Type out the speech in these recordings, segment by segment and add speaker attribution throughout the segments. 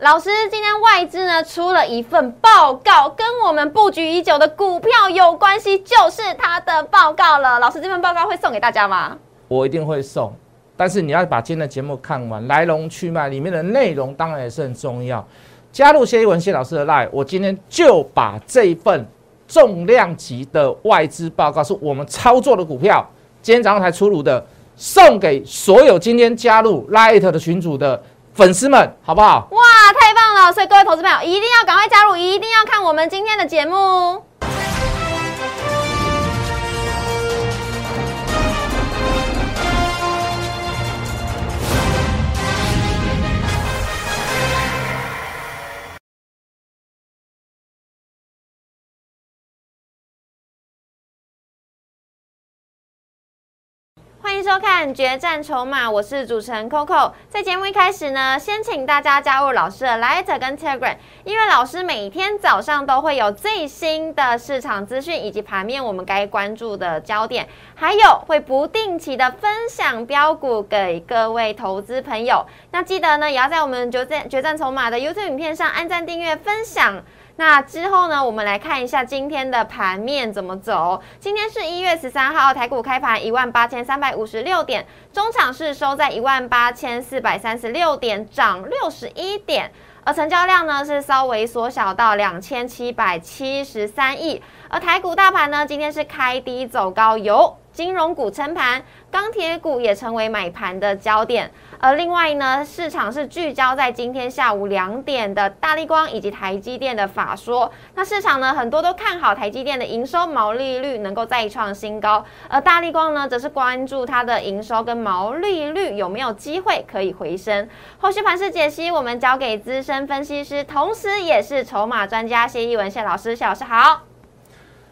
Speaker 1: 老师，今天外资呢出了一份报告，跟我们布局已久的股票有关系，就是它的报告了。老师，这份报告会送给大家吗？
Speaker 2: 我一定会送。但是你要把今天的节目看完，来龙去脉里面的内容当然也是很重要。加入谢一文谢老师的 line，我今天就把这一份重量级的外资报告，是我们操作的股票，今天早上才出炉的，送给所有今天加入 light 的群组的粉丝们，好不好？
Speaker 1: 哇，太棒了！所以各位投资朋友一定要赶快加入，一定要看我们今天的节目。欢迎收看《决战筹码》，我是主持人 Coco。在节目一开始呢，先请大家加入老师的 Light 跟 Telegram，因为老师每天早上都会有最新的市场资讯以及盘面我们该关注的焦点，还有会不定期的分享标股给各位投资朋友。那记得呢，也要在我们《决战决战筹码》的 YouTube 影片上按赞、订阅、分享。那之后呢，我们来看一下今天的盘面怎么走。今天是一月十三号，台股开盘一万八千三百五十六点，中场是收在一万八千四百三十六点，涨六十一点。而成交量呢是稍微缩小到两千七百七十三亿。而台股大盘呢，今天是开低走高，由金融股撑盘，钢铁股也成为买盘的焦点。而呃另外呢，市场是聚焦在今天下午两点的大力光以及台积电的法说。那市场呢，很多都看好台积电的营收毛利率能够再创新高，而大力光呢，则是关注它的营收跟毛利率有没有机会可以回升。后续盘势解析，我们交给资深分析师，同时也是筹码专家谢一文谢老师。谢老师好。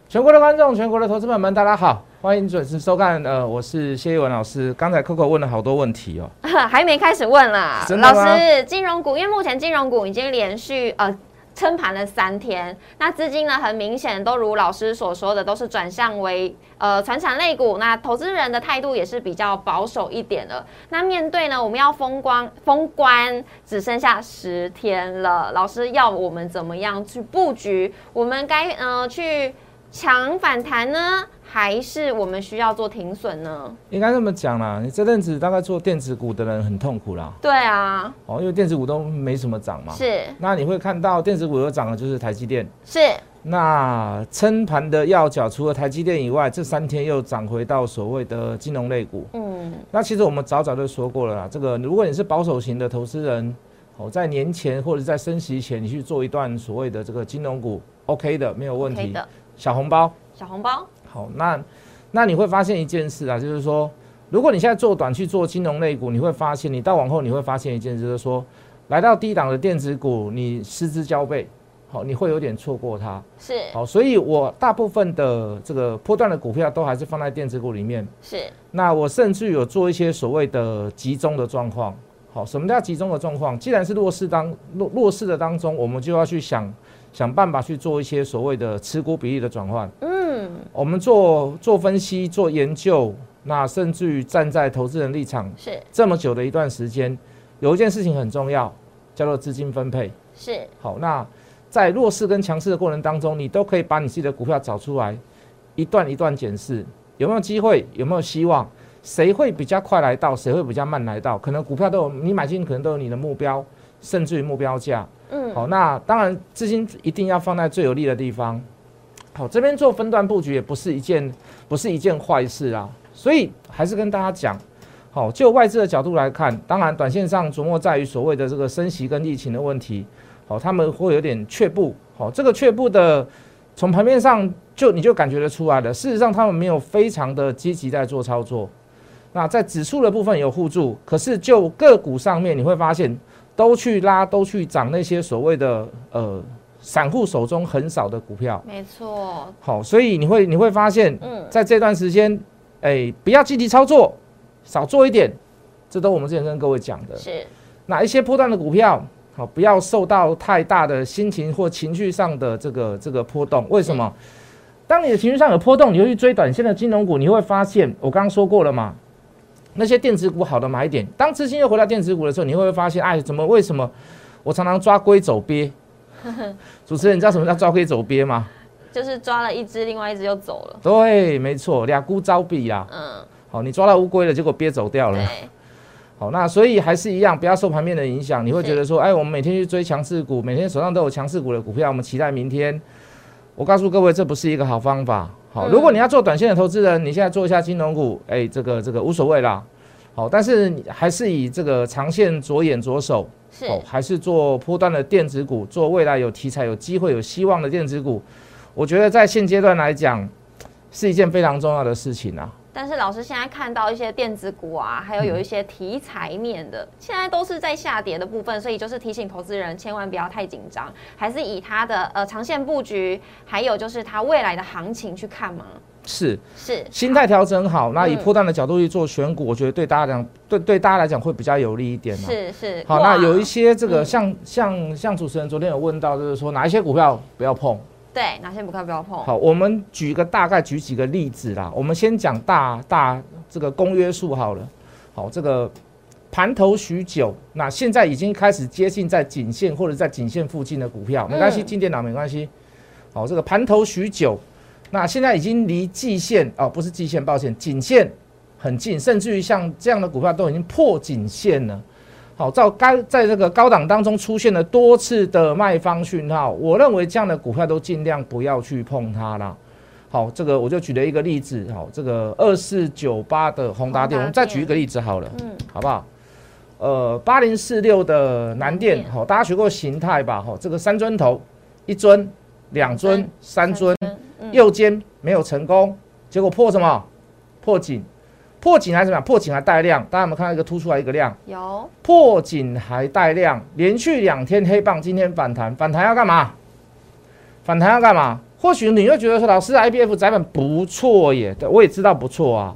Speaker 2: 全国的观众，全国的投资朋友们，大家好，欢迎准时收看。呃，我是谢一文老师。刚才 Coco 问了好多问题哦，
Speaker 1: 还没开始问啦，
Speaker 2: 真的
Speaker 1: 老
Speaker 2: 吗
Speaker 1: 师，金融股，因为目前金融股已经连续呃撑盘了三天，那资金呢很明显都如老师所说的，都是转向为呃传产类股，那投资人的态度也是比较保守一点了。那面对呢，我们要封关，封关只剩下十天了，老师要我们怎么样去布局？我们该呃去抢反弹呢，还是我们需要做停损呢？
Speaker 2: 应该这么讲啦。你这阵子大概做电子股的人很痛苦啦，
Speaker 1: 对啊，
Speaker 2: 哦，因为电子股都没什么涨嘛。。
Speaker 1: 是
Speaker 2: 那你会看到电子股有涨的就是台积电，
Speaker 1: 是。
Speaker 2: 那撑盘的要角除了台积电以外，这三天又涨回到所谓的金融类股。
Speaker 1: 嗯，
Speaker 2: 那其实我们早早就说过了啦，这个如果你是保守型的投资人，哦，在年前或者在升息前，你去做一段所谓的这个金融股，OK 的，没有问
Speaker 1: o k
Speaker 2: 题。
Speaker 1: 的
Speaker 2: 小红包，
Speaker 1: 小红包，
Speaker 2: 好，那那你会发现一件事啊，就是说，如果你现在做短去做金融类股，你会发现，你到往后你会发现一件事，就是说，来到低档的电子股，你失之交臂，好，你会有点错过它。
Speaker 1: 是
Speaker 2: 好，所以我大部分的这个波段的股票都还是放在电子股里面。
Speaker 1: 是
Speaker 2: 那我甚至有做一些所谓的集中的状况。好，什么叫集中的状况？既然是弱势当弱弱势的当中，我们就要去想想办法去做一些所谓的持股比例的转换。
Speaker 1: 嗯，
Speaker 2: 我们做做分析、做研究，那甚至于站在投资人立场
Speaker 1: 是
Speaker 2: 这么久的一段时间，有一件事情很重要，叫做资金分配。
Speaker 1: 是
Speaker 2: 好，那在弱势跟强势的过程当中，你都可以把你自己的股票找出来，一段一段检视，有没有机会，有没有希望，谁会比较快来到，谁会比较慢来到，可能股票都有，你买进可能都有你的目标，甚至于目标价。
Speaker 1: 嗯
Speaker 2: 好，那当然资金一定要放在最有利的地方。好，这边做分段布局也不是一件不是一件坏事啊，所以还是跟大家讲，好，就外资的角度来看，当然短线上琢磨在于所谓的这个升息跟疫情的问题，好，他们会有点却步，好，这个却步的从盘面上就你就感觉得出来了，事实上他们没有非常的积极在做操作，那在指数的部分有互助，可是就个股上面你会发现都去拉，都去涨那些所谓的呃散户手中很少的股票。
Speaker 1: 没错，
Speaker 2: 好，所以你会你会发现，
Speaker 1: 嗯
Speaker 2: 在这段时间，哎，不要积极操作，少做一点，这都我们之前跟各位讲的。
Speaker 1: 是
Speaker 2: 哪一些波段的股票，好，不要受到太大的心情或情绪上的这个这个波动。为什
Speaker 1: 嗯
Speaker 2: 么？当你的情绪上有波动，你会去追短线的金融股，你会发现，我刚刚说过了嘛，那些电子股好的买点，当资金又回到电子股的时候，你会不会发现，哎，怎么为什么？我常常抓龟 走鳖。主持人，你知道什么叫抓龟走鳖吗？
Speaker 1: 就是抓了一只，另外一只又走了。
Speaker 2: 对，没错，俩孤招比啦。
Speaker 1: 嗯，
Speaker 2: 好，你抓到乌龟了，结果鳖走掉了。
Speaker 1: 对，
Speaker 2: 好，那所以还是一样，不要受盘面的影响。你会
Speaker 1: 是
Speaker 2: 觉得说，哎，我们每天去追强势股，每天手上都有强势股的股票，我们期待明天。我告诉各位，这不是一个好方法。好，
Speaker 1: 嗯
Speaker 2: 如果你要做短线的投资人，你现在做一下金融股，哎，这个这个无所谓啦。好，但是你还是以这个长线着眼着手，
Speaker 1: 是
Speaker 2: 哦，还是做波段的电子股，做未来有题材、有机会、有希望的电子股。我觉得在现阶段来讲，是一件非常重要的事情啊。
Speaker 1: 但是老师现在看到一些电子股啊，还有有一些题材面
Speaker 2: 嗯
Speaker 1: 的，现在都是在下跌的部分，所以就是提醒投资人千万不要太紧张，还是以它的呃长线布局，还有就是它未来的行情去看嘛。
Speaker 2: 是，
Speaker 1: 是，
Speaker 2: 心态调整好，那以
Speaker 1: 嗯
Speaker 2: 破蛋的角度去做选股，我觉得对大家讲，对对大家来讲会比较有利一点嘛。
Speaker 1: 是是。
Speaker 2: 好，
Speaker 1: 哇
Speaker 2: 那有一些这个
Speaker 1: 嗯
Speaker 2: 像像像主持人昨天有问到，就是说哪一些股票不要碰。
Speaker 1: 对哪些股票不要碰？
Speaker 2: 好，我们举个大概举几个例子啦。我们先讲大大这个公约数好了。好，这个盘头许久，那现在已经开始接近在颈线或者在颈线附近的股票，没关系，
Speaker 1: 嗯
Speaker 2: 进电脑没关系。好，这个盘头许久，那现在已经离季线哦，不是季线，抱歉，颈线很近，甚至于像这样的股票都已经破颈线了。好，照该在这个高档当中出现了多次的卖方讯号，我认为这样的股票都尽量不要去碰它啦。好，这个我就举了一个例子，好，这个二四九八的宏
Speaker 1: 宏
Speaker 2: 达
Speaker 1: 达
Speaker 2: 电，我们再
Speaker 1: 电
Speaker 2: 举一个例子好了，
Speaker 1: 嗯，
Speaker 2: 好不好？呃，八零四六的南电
Speaker 1: 南，电
Speaker 2: 好，大家学过形态吧？好，这个三尊头，一尊、两尊
Speaker 1: 两、
Speaker 2: 三尊，
Speaker 1: 嗯
Speaker 2: 右肩没有成功，结果破什么？破颈，破颈还是怎么样？破颈还带量，大家有没有看到一个凸出来一个量？
Speaker 1: 有
Speaker 2: 破颈还带量，连续两天黑棒，今天反弹，反弹要干嘛？反弹要干嘛？或许你会觉得说，老师 I B F 窄板不错耶，对我也知道不错啊，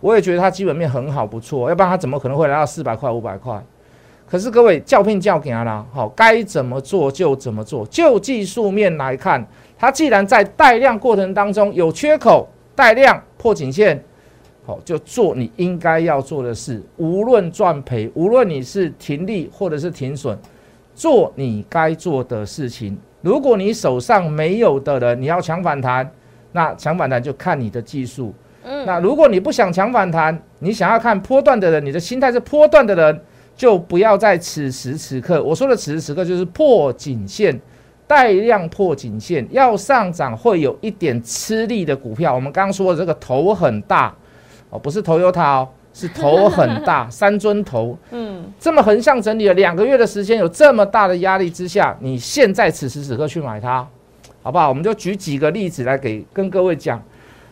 Speaker 2: 我也觉得它基本面很好，不错，要不然它怎么可能会来到四百块、五百块？可是各位教聘教给他啊啦，好，该怎么做就怎么做。就技术面来看，它既然在带量过程当中有缺口，带量破颈线，好，就做你应该要做的事，无论赚赔，无论你是停利或者是停损，做你该做的事情。如果你手上没有的人，你要抢反弹，那抢反弹就看你的技术。
Speaker 1: 嗯
Speaker 2: 那如果你不想抢反弹，你想要看波段的人，你的心态是波段的人，就不要在此时此刻。我说的此时此刻就是破颈线，带量破颈线，要上涨会有一点吃力的股票。我们刚刚说的这个头很大哦，不是头有塔哦，是头很大，三尊头。
Speaker 1: 嗯
Speaker 2: 这么横向整理了两个月的时间，有这么大的压力之下，你现在此时此刻去买它，好不好？我们就举几个例子来给跟各位讲。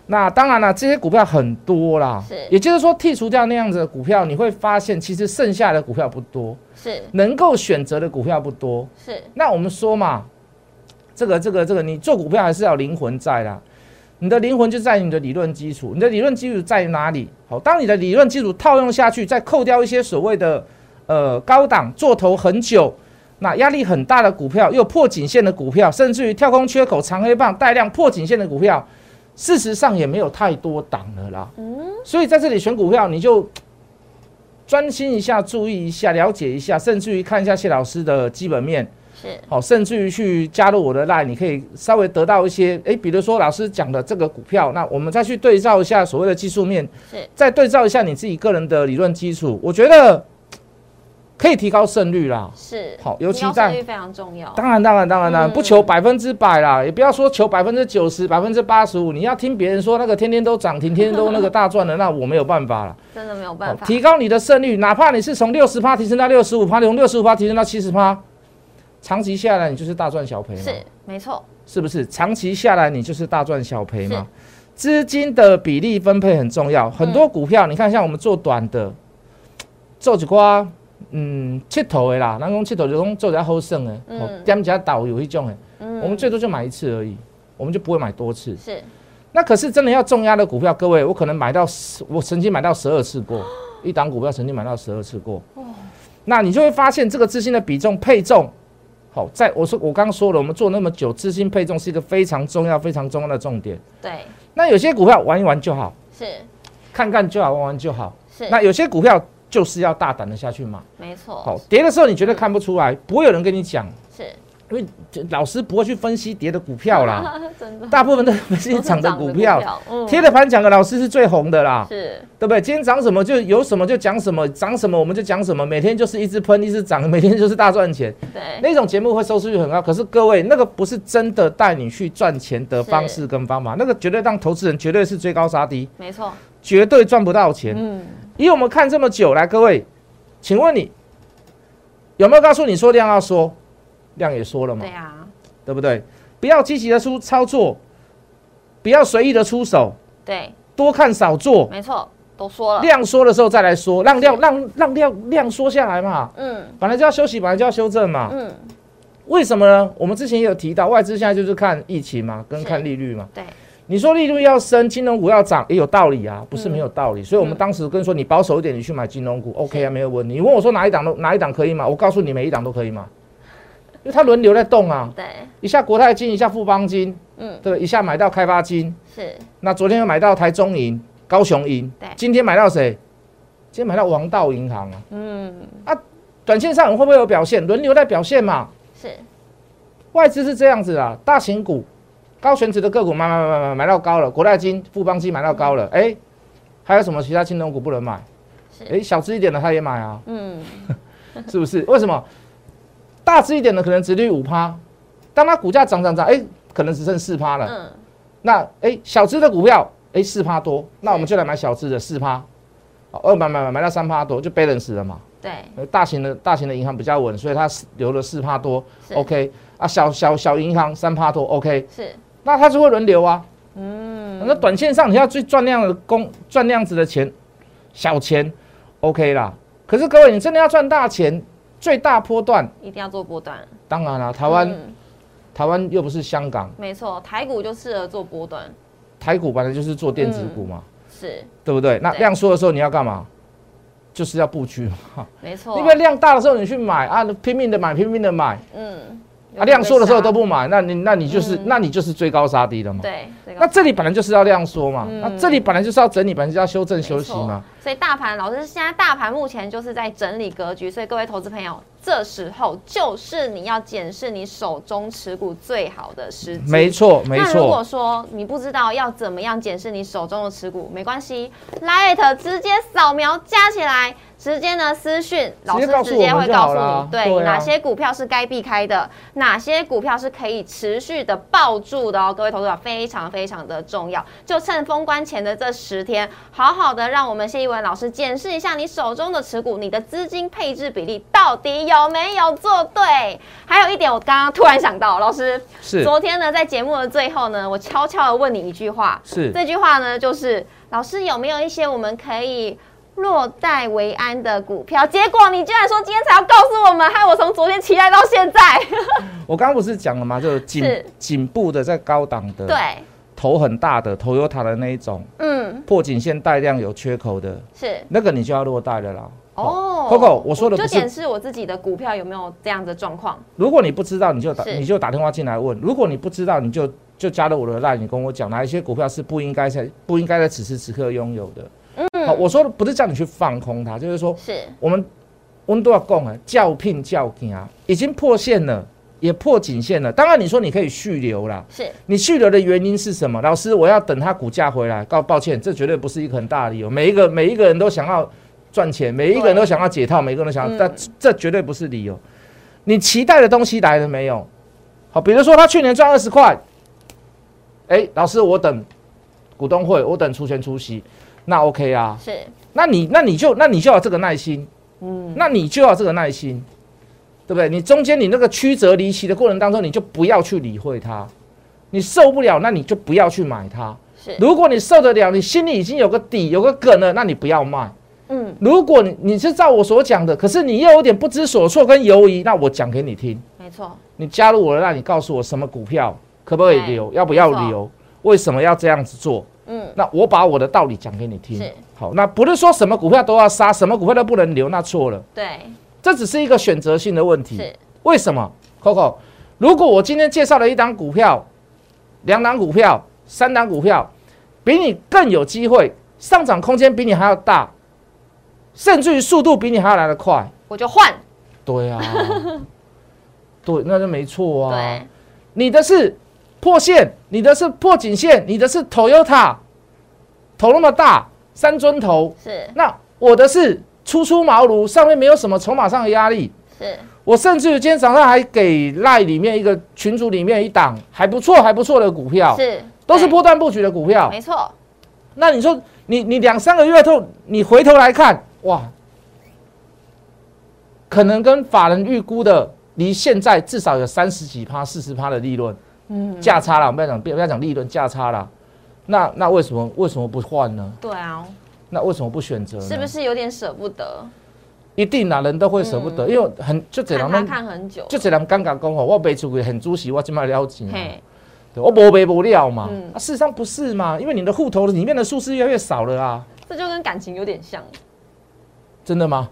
Speaker 2: 那当然了，这些股票很多啦
Speaker 1: 是，
Speaker 2: 也就是说剔除掉那样子的股票，你会发现其实剩下的股票不多，
Speaker 1: 是
Speaker 2: 能够选择的股票不多。
Speaker 1: 是
Speaker 2: 那我们说嘛，这个这个这个，你做股票还是要有灵魂在啦。你的灵魂就在你的理论基础，你的理论基础在哪里？好，当你的理论基础套用下去，再扣掉一些所谓的呃高档做头很久，那压力很大的股票，又破颈线的股票，甚至于跳空缺口、长黑棒带量破颈线的股票，事实上也没有太多档了啦。
Speaker 1: 嗯
Speaker 2: 所以在这里选股票，你就专心一下，注意一下，了解一下，甚至于看一下谢老师的基本面。
Speaker 1: 是
Speaker 2: 好，哦甚至于去加入我的 line，你可以稍微得到一些，诶，比如说老师讲的这个股票，那我们再去对照一下所谓的技术面，
Speaker 1: 是
Speaker 2: 再对照一下你自己个人的理论基础，我觉得可以提高胜率啦。
Speaker 1: 是，
Speaker 2: 好尤其
Speaker 1: 瞄
Speaker 2: 在
Speaker 1: 准率非常重要。
Speaker 2: 当然，当然，当然，当然，
Speaker 1: 嗯
Speaker 2: 不求百分之百啦，也不要说求百分之九十、百分之八十五。你要听别人说那个天天都涨停，天天都那个大 赚的，那我没有办法了。
Speaker 1: 真的没有
Speaker 2: 好
Speaker 1: 办法。
Speaker 2: 提高你的胜率，哪怕你是从六十趴提升到六十五趴，从六十五趴提升到七十趴，长期下来你就是大赚小赔嘛。
Speaker 1: 是没错，
Speaker 2: 是不是？长期下来，你就是大赚小赔嘛。资金的比例分配很重要，很多股票，你看像我们做短的，做一寡嗯切头的啦，那种切头就是讲做一下后剩的，
Speaker 1: 嗯
Speaker 2: 哦点一下导游一种的，
Speaker 1: 嗯，
Speaker 2: 我们最多就买一次而已，我们就不会买多次。
Speaker 1: 是
Speaker 2: 那可是真的要重压的股票，各位，我可能买到十，我曾经买到十二次过，一档股票曾经买到十二次过。那你就会发现这个资金的比重配重，好，在我说我刚刚说了，我们做那么久，资金配重是一个非常重要、非常重要的重点。
Speaker 1: 对，
Speaker 2: 那有些股票玩一玩就好，
Speaker 1: 是
Speaker 2: 看看就好，玩玩就好。
Speaker 1: 是
Speaker 2: 那有些股票就是要大胆的下去买。
Speaker 1: 没错，
Speaker 2: 好，跌的时候你绝对看不出来，不会有人跟你讲，
Speaker 1: 是
Speaker 2: 因为这老师不会去分析跌的股票 啦，
Speaker 1: 真的。
Speaker 2: 大部分都是分析
Speaker 1: 都是
Speaker 2: 涨的股票。，
Speaker 1: 嗯
Speaker 2: 贴的盘讲的老师是最红的啦，
Speaker 1: 是
Speaker 2: 对不对？今天涨什么就有什么就讲什么，涨什么我们就讲什么，每天就是一直喷一直涨，每天就是大赚钱。
Speaker 1: 对，
Speaker 2: 那种节目会收视率很高，可是各位那个不是真的带你去赚钱的方式跟方法，那个绝对让投资人绝对是追高杀低，
Speaker 1: 没错，
Speaker 2: 绝对赚不到钱。
Speaker 1: 嗯，
Speaker 2: 以我们看这么久来，各位，请问你有没有告诉你说量要缩，量也缩了嘛
Speaker 1: 对，啊，
Speaker 2: 对不对？不要积极的出操作，不要随意的出手，
Speaker 1: 对，
Speaker 2: 多看少做。
Speaker 1: 没错，都说了，
Speaker 2: 量缩的时候再来说，让量
Speaker 1: 是
Speaker 2: 让让量量缩下来嘛，
Speaker 1: 嗯
Speaker 2: 本来就要休息，本来就要修正嘛。
Speaker 1: 嗯，
Speaker 2: 为什么呢？我们之前也有提到，外资现在就是看疫情嘛，跟
Speaker 1: 是
Speaker 2: 看利率嘛。
Speaker 1: 对，
Speaker 2: 你说利率要升，金融股要涨，也有道理啊，不是
Speaker 1: 嗯
Speaker 2: 没有道理。所以我们当时跟说，你保守一点，你去买金融股，OK 啊，没有问题。你问我说哪一档都哪一档可以吗？我告诉你，每一档都可以吗？因为它轮流在动啊，
Speaker 1: 对，
Speaker 2: 一下国泰金，一下富邦金，
Speaker 1: 嗯，
Speaker 2: 对，一下买到开发金，
Speaker 1: 是
Speaker 2: 那昨天又买到台中银、高雄银
Speaker 1: 对，
Speaker 2: 今天买到谁？今天买到王道银行啊。
Speaker 1: 嗯
Speaker 2: 短线上会不会有表现？轮流在表现嘛。
Speaker 1: 是，
Speaker 2: 外资是这样子啊，大型股、高权值的个股买买买买买买到高了，国泰金、富邦金买到高了，哎、还有什么其他金融股不能买？
Speaker 1: 嗯是，
Speaker 2: 哎、小资一点的他也买啊
Speaker 1: 嗯
Speaker 2: 是不是？为什么？大资一点的可能殖率五趴，当它股价涨涨涨，哎、可能只剩四趴了。
Speaker 1: 嗯
Speaker 2: 那哎、小资的股票，哎、4四趴多，那我们就来买小资的四趴，好二买买买买到三趴多就 balance 了嘛。
Speaker 1: 对，
Speaker 2: 呃大型的大型的银行比较稳，所以它留了四趴多
Speaker 1: 是
Speaker 2: ，OK 啊，小小小银行三趴多，OK，
Speaker 1: 是
Speaker 2: 那它就会轮流啊。嗯，那短线上你要去赚那样的工，赚那样子的钱，小钱，OK 啦。可是各位，你真的要赚大钱，最大波段，
Speaker 1: 一定要做波段。
Speaker 2: 当然啦、台湾、
Speaker 1: 嗯
Speaker 2: 台湾又不是香港，
Speaker 1: 没错，台股就适合做波段，
Speaker 2: 台股本来就是做电子股嘛，
Speaker 1: 是
Speaker 2: 对不对？那
Speaker 1: 对哦
Speaker 2: 量缩的时候你要干嘛？就是要布局嘛，
Speaker 1: 没错。
Speaker 2: 因为量大的时候你去买啊，拼命的买，拼命的买。
Speaker 1: 嗯，
Speaker 2: 啊，量缩的时候都
Speaker 1: 不
Speaker 2: 不买，那你那你就是、
Speaker 1: 嗯
Speaker 2: 那你就是追高杀低了嘛。
Speaker 1: 对，这
Speaker 2: 那
Speaker 1: 个
Speaker 2: 这里本来就是要量缩嘛，
Speaker 1: 嗯
Speaker 2: 那这里本来就是要整理，本来就是要修正休
Speaker 1: 没
Speaker 2: 息
Speaker 1: 错
Speaker 2: 嘛。。
Speaker 1: 所以大盘老师现在大盘目前就是在整理格局，所以各位投资朋友，这时候就是你要检视你手中持股最好的时机。
Speaker 2: 没错，没
Speaker 1: 嗯那如果
Speaker 2: 错，
Speaker 1: 说你不知道要怎么样检视你手中的持股，没关系，Lite 直接扫描加起来，直接呢私讯老师
Speaker 2: 直接告诉
Speaker 1: 直接
Speaker 2: 我
Speaker 1: 会
Speaker 2: 们就
Speaker 1: 告
Speaker 2: 好
Speaker 1: 诉
Speaker 2: 啦
Speaker 1: 你，对
Speaker 2: 对啊
Speaker 1: 哪些股票是该避开的，哪些股票是可以持续的抱住的哦，各位投资者非常非常的重要，就趁封关前的这十天，好好的让我们谢一文老师检视一下你手中的持股，你的资金配置比例到底有没有做对。还有一点，我刚刚突然想到，老师，
Speaker 2: 是
Speaker 1: 昨天呢，在节目的最后呢，我悄悄的问你一句话，
Speaker 2: 是
Speaker 1: 这句话呢，就是老师有没有一些我们可以落袋为安的股票？结果你居然说今天才要告诉我们，害我从昨天期待到现 在。
Speaker 2: 我刚刚不是讲了吗？就是
Speaker 1: 是
Speaker 2: 颈颈部的在高档的，
Speaker 1: 对，
Speaker 2: 头很大的 Toyota 的那一种，
Speaker 1: 嗯，
Speaker 2: 破颈线带量有缺口的，
Speaker 1: 是
Speaker 2: 那个你就要落袋了啦。
Speaker 1: 哦。
Speaker 2: Coco，我说的
Speaker 1: 就
Speaker 2: 不
Speaker 1: 检
Speaker 2: 是，
Speaker 1: 视我自己的股票有没有这样的状况。
Speaker 2: 如果你不知道，你就打
Speaker 1: 是
Speaker 2: 你就打电话进来问；如果你不知道，你就就加入我的 line，你跟我讲哪一些股票是不应该在不应该在此时此刻拥有的。好，
Speaker 1: 嗯，
Speaker 2: 我说的不是叫你去放空它，就是说
Speaker 1: 是
Speaker 2: 我们温度要供啊，教聘教聘啊，已经破线了，也破颈线了。当然你说你可以续留啦，
Speaker 1: 是，
Speaker 2: 你续留的原因是什么？老师，我要等它股价回来。告抱歉，这绝对不是一个很大的理由。每一个每一个人都想要赚钱，每一个人都想要解套，每一个人都想
Speaker 1: 嗯
Speaker 2: 要，但这绝对不是理由。你期待的东西来了没有？好，比如说他去年赚二十块，哎，老师，我等股东会，我等出钱出席，那 OK 啊。
Speaker 1: 是，
Speaker 2: 那你那你就那你就要这个耐心，嗯，那你就要这个耐心，对不对？你中间你那个曲折离奇的过程当中，你就不要去理会它，你受不了，那你就不要去买它。
Speaker 1: 是，
Speaker 2: 如果你受得了，你心里已经有个底，有个梗了，那你不要卖。
Speaker 1: 嗯，
Speaker 2: 如果你你是照我所讲的，可是你又有点不知所措跟犹疑，那我讲给你听。
Speaker 1: 没错，
Speaker 2: 你加入我的，那你告诉我什么股票可不可以
Speaker 1: 对
Speaker 2: 留，要不要
Speaker 1: 哎没错
Speaker 2: 留，为什么要这样子做？
Speaker 1: 嗯，
Speaker 2: 那我把我的道理讲给你听
Speaker 1: 是。
Speaker 2: 好，那不是说什么股票都要杀，什么股票都不能留，那错了。
Speaker 1: 对，
Speaker 2: 这只是一个选择性的问题。
Speaker 1: 是，
Speaker 2: 为什么，Coco？如果我今天介绍了一档股票、两档股票、三档股票，比你更有机会，上涨空间比你还要大，甚至于速度比你还要来得快。
Speaker 1: 我就换。
Speaker 2: 对啊，对，那就没错啊。
Speaker 1: 对，
Speaker 2: 你的是破线，你的是破颈线，你的是 Toyota，头那么大，三尊头。
Speaker 1: 是
Speaker 2: 那我的是初出茅庐，上面没有什么筹码上的压力。
Speaker 1: 是，
Speaker 2: 我甚至于今天早上还给赖里面一个群组里面一档还不错还不错的股票，
Speaker 1: 是，
Speaker 2: 都是
Speaker 1: 对
Speaker 2: 波段布局的股票。
Speaker 1: 没错，
Speaker 2: 那你说你你两三个月后，你回头来看，哇，可能跟法人预估的离现在至少有三十几趴、四十趴的利润
Speaker 1: 嗯，
Speaker 2: 价差啦，我们不要讲不要讲利润价差啦。那那为什么为什么不换呢？
Speaker 1: 对啊，
Speaker 2: 那为什么不选择呢？
Speaker 1: 是不是有点舍不得？
Speaker 2: 一定啦，人都会舍不得，因为很就这
Speaker 1: 看
Speaker 2: 人
Speaker 1: 他嗯
Speaker 2: 们
Speaker 1: 看很久，
Speaker 2: 就这人尴尬讲吼，我卖出去很主席，我今卖了钱啊，
Speaker 1: 嘿，
Speaker 2: 对我无卖不了嘛。
Speaker 1: 嗯
Speaker 2: 啊，事实上不是嘛，因为你的户头里面的数是越来越少了啊，
Speaker 1: 这就跟感情有点像。
Speaker 2: 真的吗？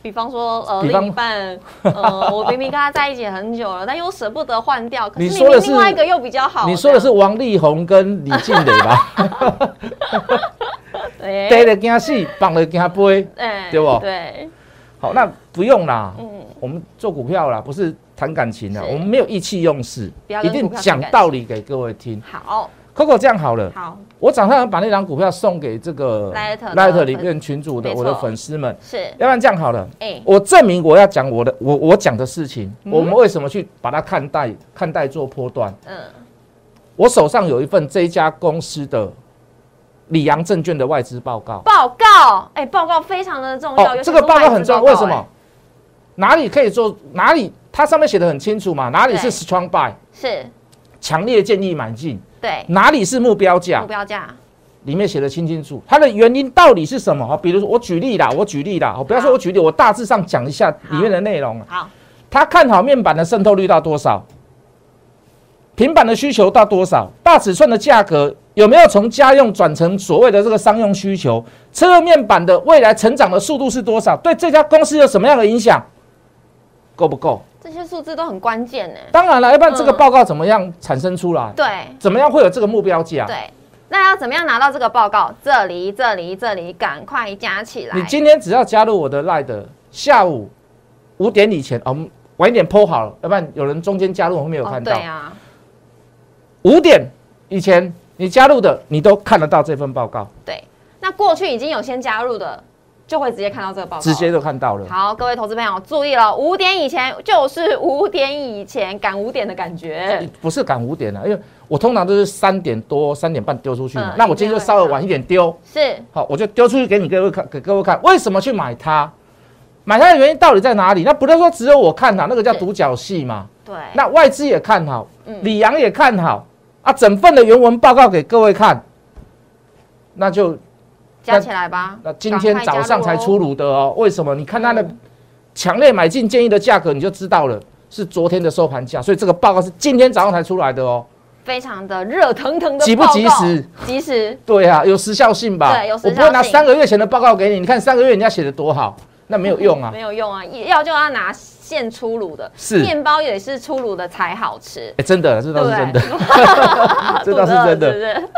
Speaker 1: 比方说，呃，
Speaker 2: 比方
Speaker 1: 另一半，呃， 我明明跟他在一起很久了，但又舍不得换掉，可是
Speaker 2: 你
Speaker 1: 明
Speaker 2: 说的
Speaker 1: 明
Speaker 2: 是
Speaker 1: 另外一个又比较好。
Speaker 2: 你说的是王力宏跟李静蕾 吧？
Speaker 1: 这样，
Speaker 2: 逮
Speaker 1: 对，
Speaker 2: 了惊死，绑了惊飞。
Speaker 1: 哎
Speaker 2: 对不
Speaker 1: 对，
Speaker 2: 好，那不用啦，
Speaker 1: 嗯，
Speaker 2: 我们做股票啦，不是谈感情的，
Speaker 1: 是
Speaker 2: 我们没有意气用事
Speaker 1: 不要，
Speaker 2: 一
Speaker 1: 跟
Speaker 2: 定
Speaker 1: 股票
Speaker 2: 讲
Speaker 1: 谈感情
Speaker 2: 道理给各位听。
Speaker 1: 好
Speaker 2: Coco 这样好了，
Speaker 1: 好
Speaker 2: 我早上把那张股票送给这个
Speaker 1: Light 的
Speaker 2: Light 里
Speaker 1: 粉
Speaker 2: 面群主的
Speaker 1: 没
Speaker 2: 我的
Speaker 1: 错
Speaker 2: 粉丝们，
Speaker 1: 是，
Speaker 2: 要不然这样好了。
Speaker 1: 哎，
Speaker 2: 我证明我要讲我的我我讲的事情，我们为什么去把它看待看待做波段？
Speaker 1: 嗯，
Speaker 2: 我手上有一份这一家公司的里昂证券的外资报告。
Speaker 1: 报告，哎，报告非常的重要，尤其
Speaker 2: 哦这个
Speaker 1: 是
Speaker 2: 报
Speaker 1: 外
Speaker 2: 告
Speaker 1: 资
Speaker 2: 很重要，
Speaker 1: 报
Speaker 2: 为什
Speaker 1: 哎
Speaker 2: 么？哪里可以做？哪里它上面写的很清楚嘛？哪里是
Speaker 1: 对
Speaker 2: strong buy，
Speaker 1: 哎是，
Speaker 2: 强烈建议买进？
Speaker 1: 对，
Speaker 2: 哪里是目标价
Speaker 1: 目？标价，
Speaker 2: 里面写的清清楚，它的原因到底是什么？好，哦比如说我举例啦，我举例啦，哦我不要说
Speaker 1: 好
Speaker 2: 我举例，我大致上讲一下里面的内容。啊
Speaker 1: 好，
Speaker 2: 他看好面板的渗透率到多少？平板的需求到多少？大尺寸的价格有没有从家用转成所谓的这个商用需求？车用面板的未来成长的速度是多少？对这家公司有什么样的影响？够不够？
Speaker 1: 这些数字都很关键呢。
Speaker 2: 当然了，要不然这个
Speaker 1: 嗯
Speaker 2: 报告怎么样产生出来？
Speaker 1: 对，
Speaker 2: 怎么样会有这个目标价？
Speaker 1: 对，那要怎么样拿到这个报告？这里，这里，这里，赶快加起来。
Speaker 2: 你今天只要加入我的 Line 的下午五点以前，哦我们晚一点 PO 好了，要不然有人中间加入我没有
Speaker 1: 哦
Speaker 2: 看，到。
Speaker 1: 对啊，
Speaker 2: 五点以前你加入的，你都看得到这份报告，
Speaker 1: 对。那过去已经有先加入的，就会直接看到这个报告。
Speaker 2: 直接就看到了。
Speaker 1: 好，各位投资朋友注意了，五点以前就是五点以前，赶五点的感觉。
Speaker 2: 不是赶五点了、因为我通常都是三点多、三点半丢出去嘛。
Speaker 1: 嗯
Speaker 2: 那我今天就稍微晚一点丢，
Speaker 1: 是
Speaker 2: 好，我就丢出去给你各位看，给各位看为什么去买它，买它的原因到底在哪里？那不是说只有我看好，那个叫
Speaker 1: 是
Speaker 2: 独角戏嘛。
Speaker 1: 对，
Speaker 2: 那外资也看好，
Speaker 1: 嗯
Speaker 2: 李阳也看好啊，整份的原文报告给各位看，那就
Speaker 1: 加起来吧。
Speaker 2: 那今天早上才
Speaker 1: 赶快加入哦。
Speaker 2: 出炉的哦，为什么？你看它的
Speaker 1: 嗯
Speaker 2: 强烈买进建议的价格，你就知道了，是昨天的收盘价，所以这个报告是今天早上才出来的哦。
Speaker 1: 非常的热腾腾的，
Speaker 2: 急不及时？
Speaker 1: 及时，
Speaker 2: 对啊，有时效性吧？
Speaker 1: 对有时效性
Speaker 2: 我不会拿三个月前的报告给你，你看三个月人家写的多好，那没有用啊
Speaker 1: 没。有用啊！要就要拿现出炉的，
Speaker 2: 是
Speaker 1: 面包也是出炉的才好吃。
Speaker 2: 哎，真的，这倒是真的，
Speaker 1: 啊
Speaker 2: 这倒是真
Speaker 1: 是
Speaker 2: 的。
Speaker 1: 不是？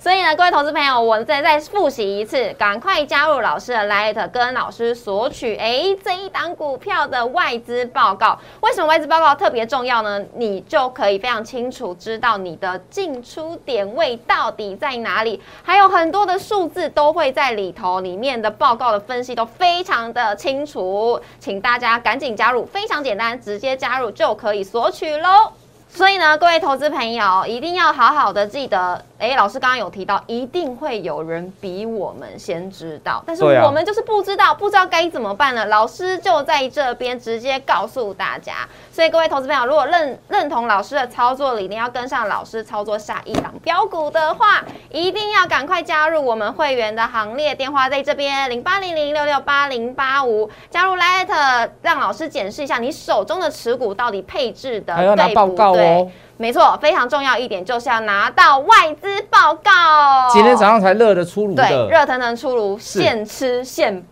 Speaker 1: 所以呢，各位投资朋友，我们再再复习一次，赶快加入老师的 Light，跟老师索取哎这一档股票的外资报告。为什么外资报告特别重要呢？你就可以非常清楚知道你的进出点位到底在哪里，还有很多的数字都会在里头，里面的报告的分析都非常的清楚，请大家赶紧加入，非常简单，直接加入就可以索取喽。所以呢，各位投资朋友一定要好好的记得，哎，老师刚刚有提到，一定会有人比我们先知道，但是
Speaker 2: 对啊
Speaker 1: 我们就是不知道，不知道该怎么办呢？老师就在这边直接告诉大家。所以各位投资朋友，如果认认同老师的操作理念，要跟上老师操作下一档标股的话，一定要赶快加入我们会员的行列，电话在这边零八零零六六八零八五，加入 Light，让老师检视一下你手中的持股到底配置的
Speaker 2: 还要拿
Speaker 1: 对
Speaker 2: 报
Speaker 1: 不
Speaker 2: 告
Speaker 1: 对
Speaker 2: 哦。
Speaker 1: 没错，非常重要一点就是要拿到外资报告。
Speaker 2: 今天早上才热的出炉
Speaker 1: 对
Speaker 2: 的，
Speaker 1: 热腾腾出炉，
Speaker 2: 是
Speaker 1: 现吃现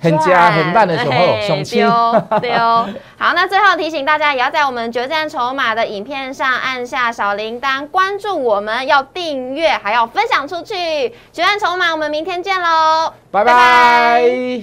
Speaker 2: 很
Speaker 1: 赚
Speaker 2: 佳很烂的雄厚
Speaker 1: 嘿
Speaker 2: 雄青。
Speaker 1: 丢丢。好，那最后提醒大家，也要在我们决战筹码的影片上按下小铃铛，关注我们，要订阅，还要分享出去。决战筹码，我们明天见喽，
Speaker 2: 拜拜。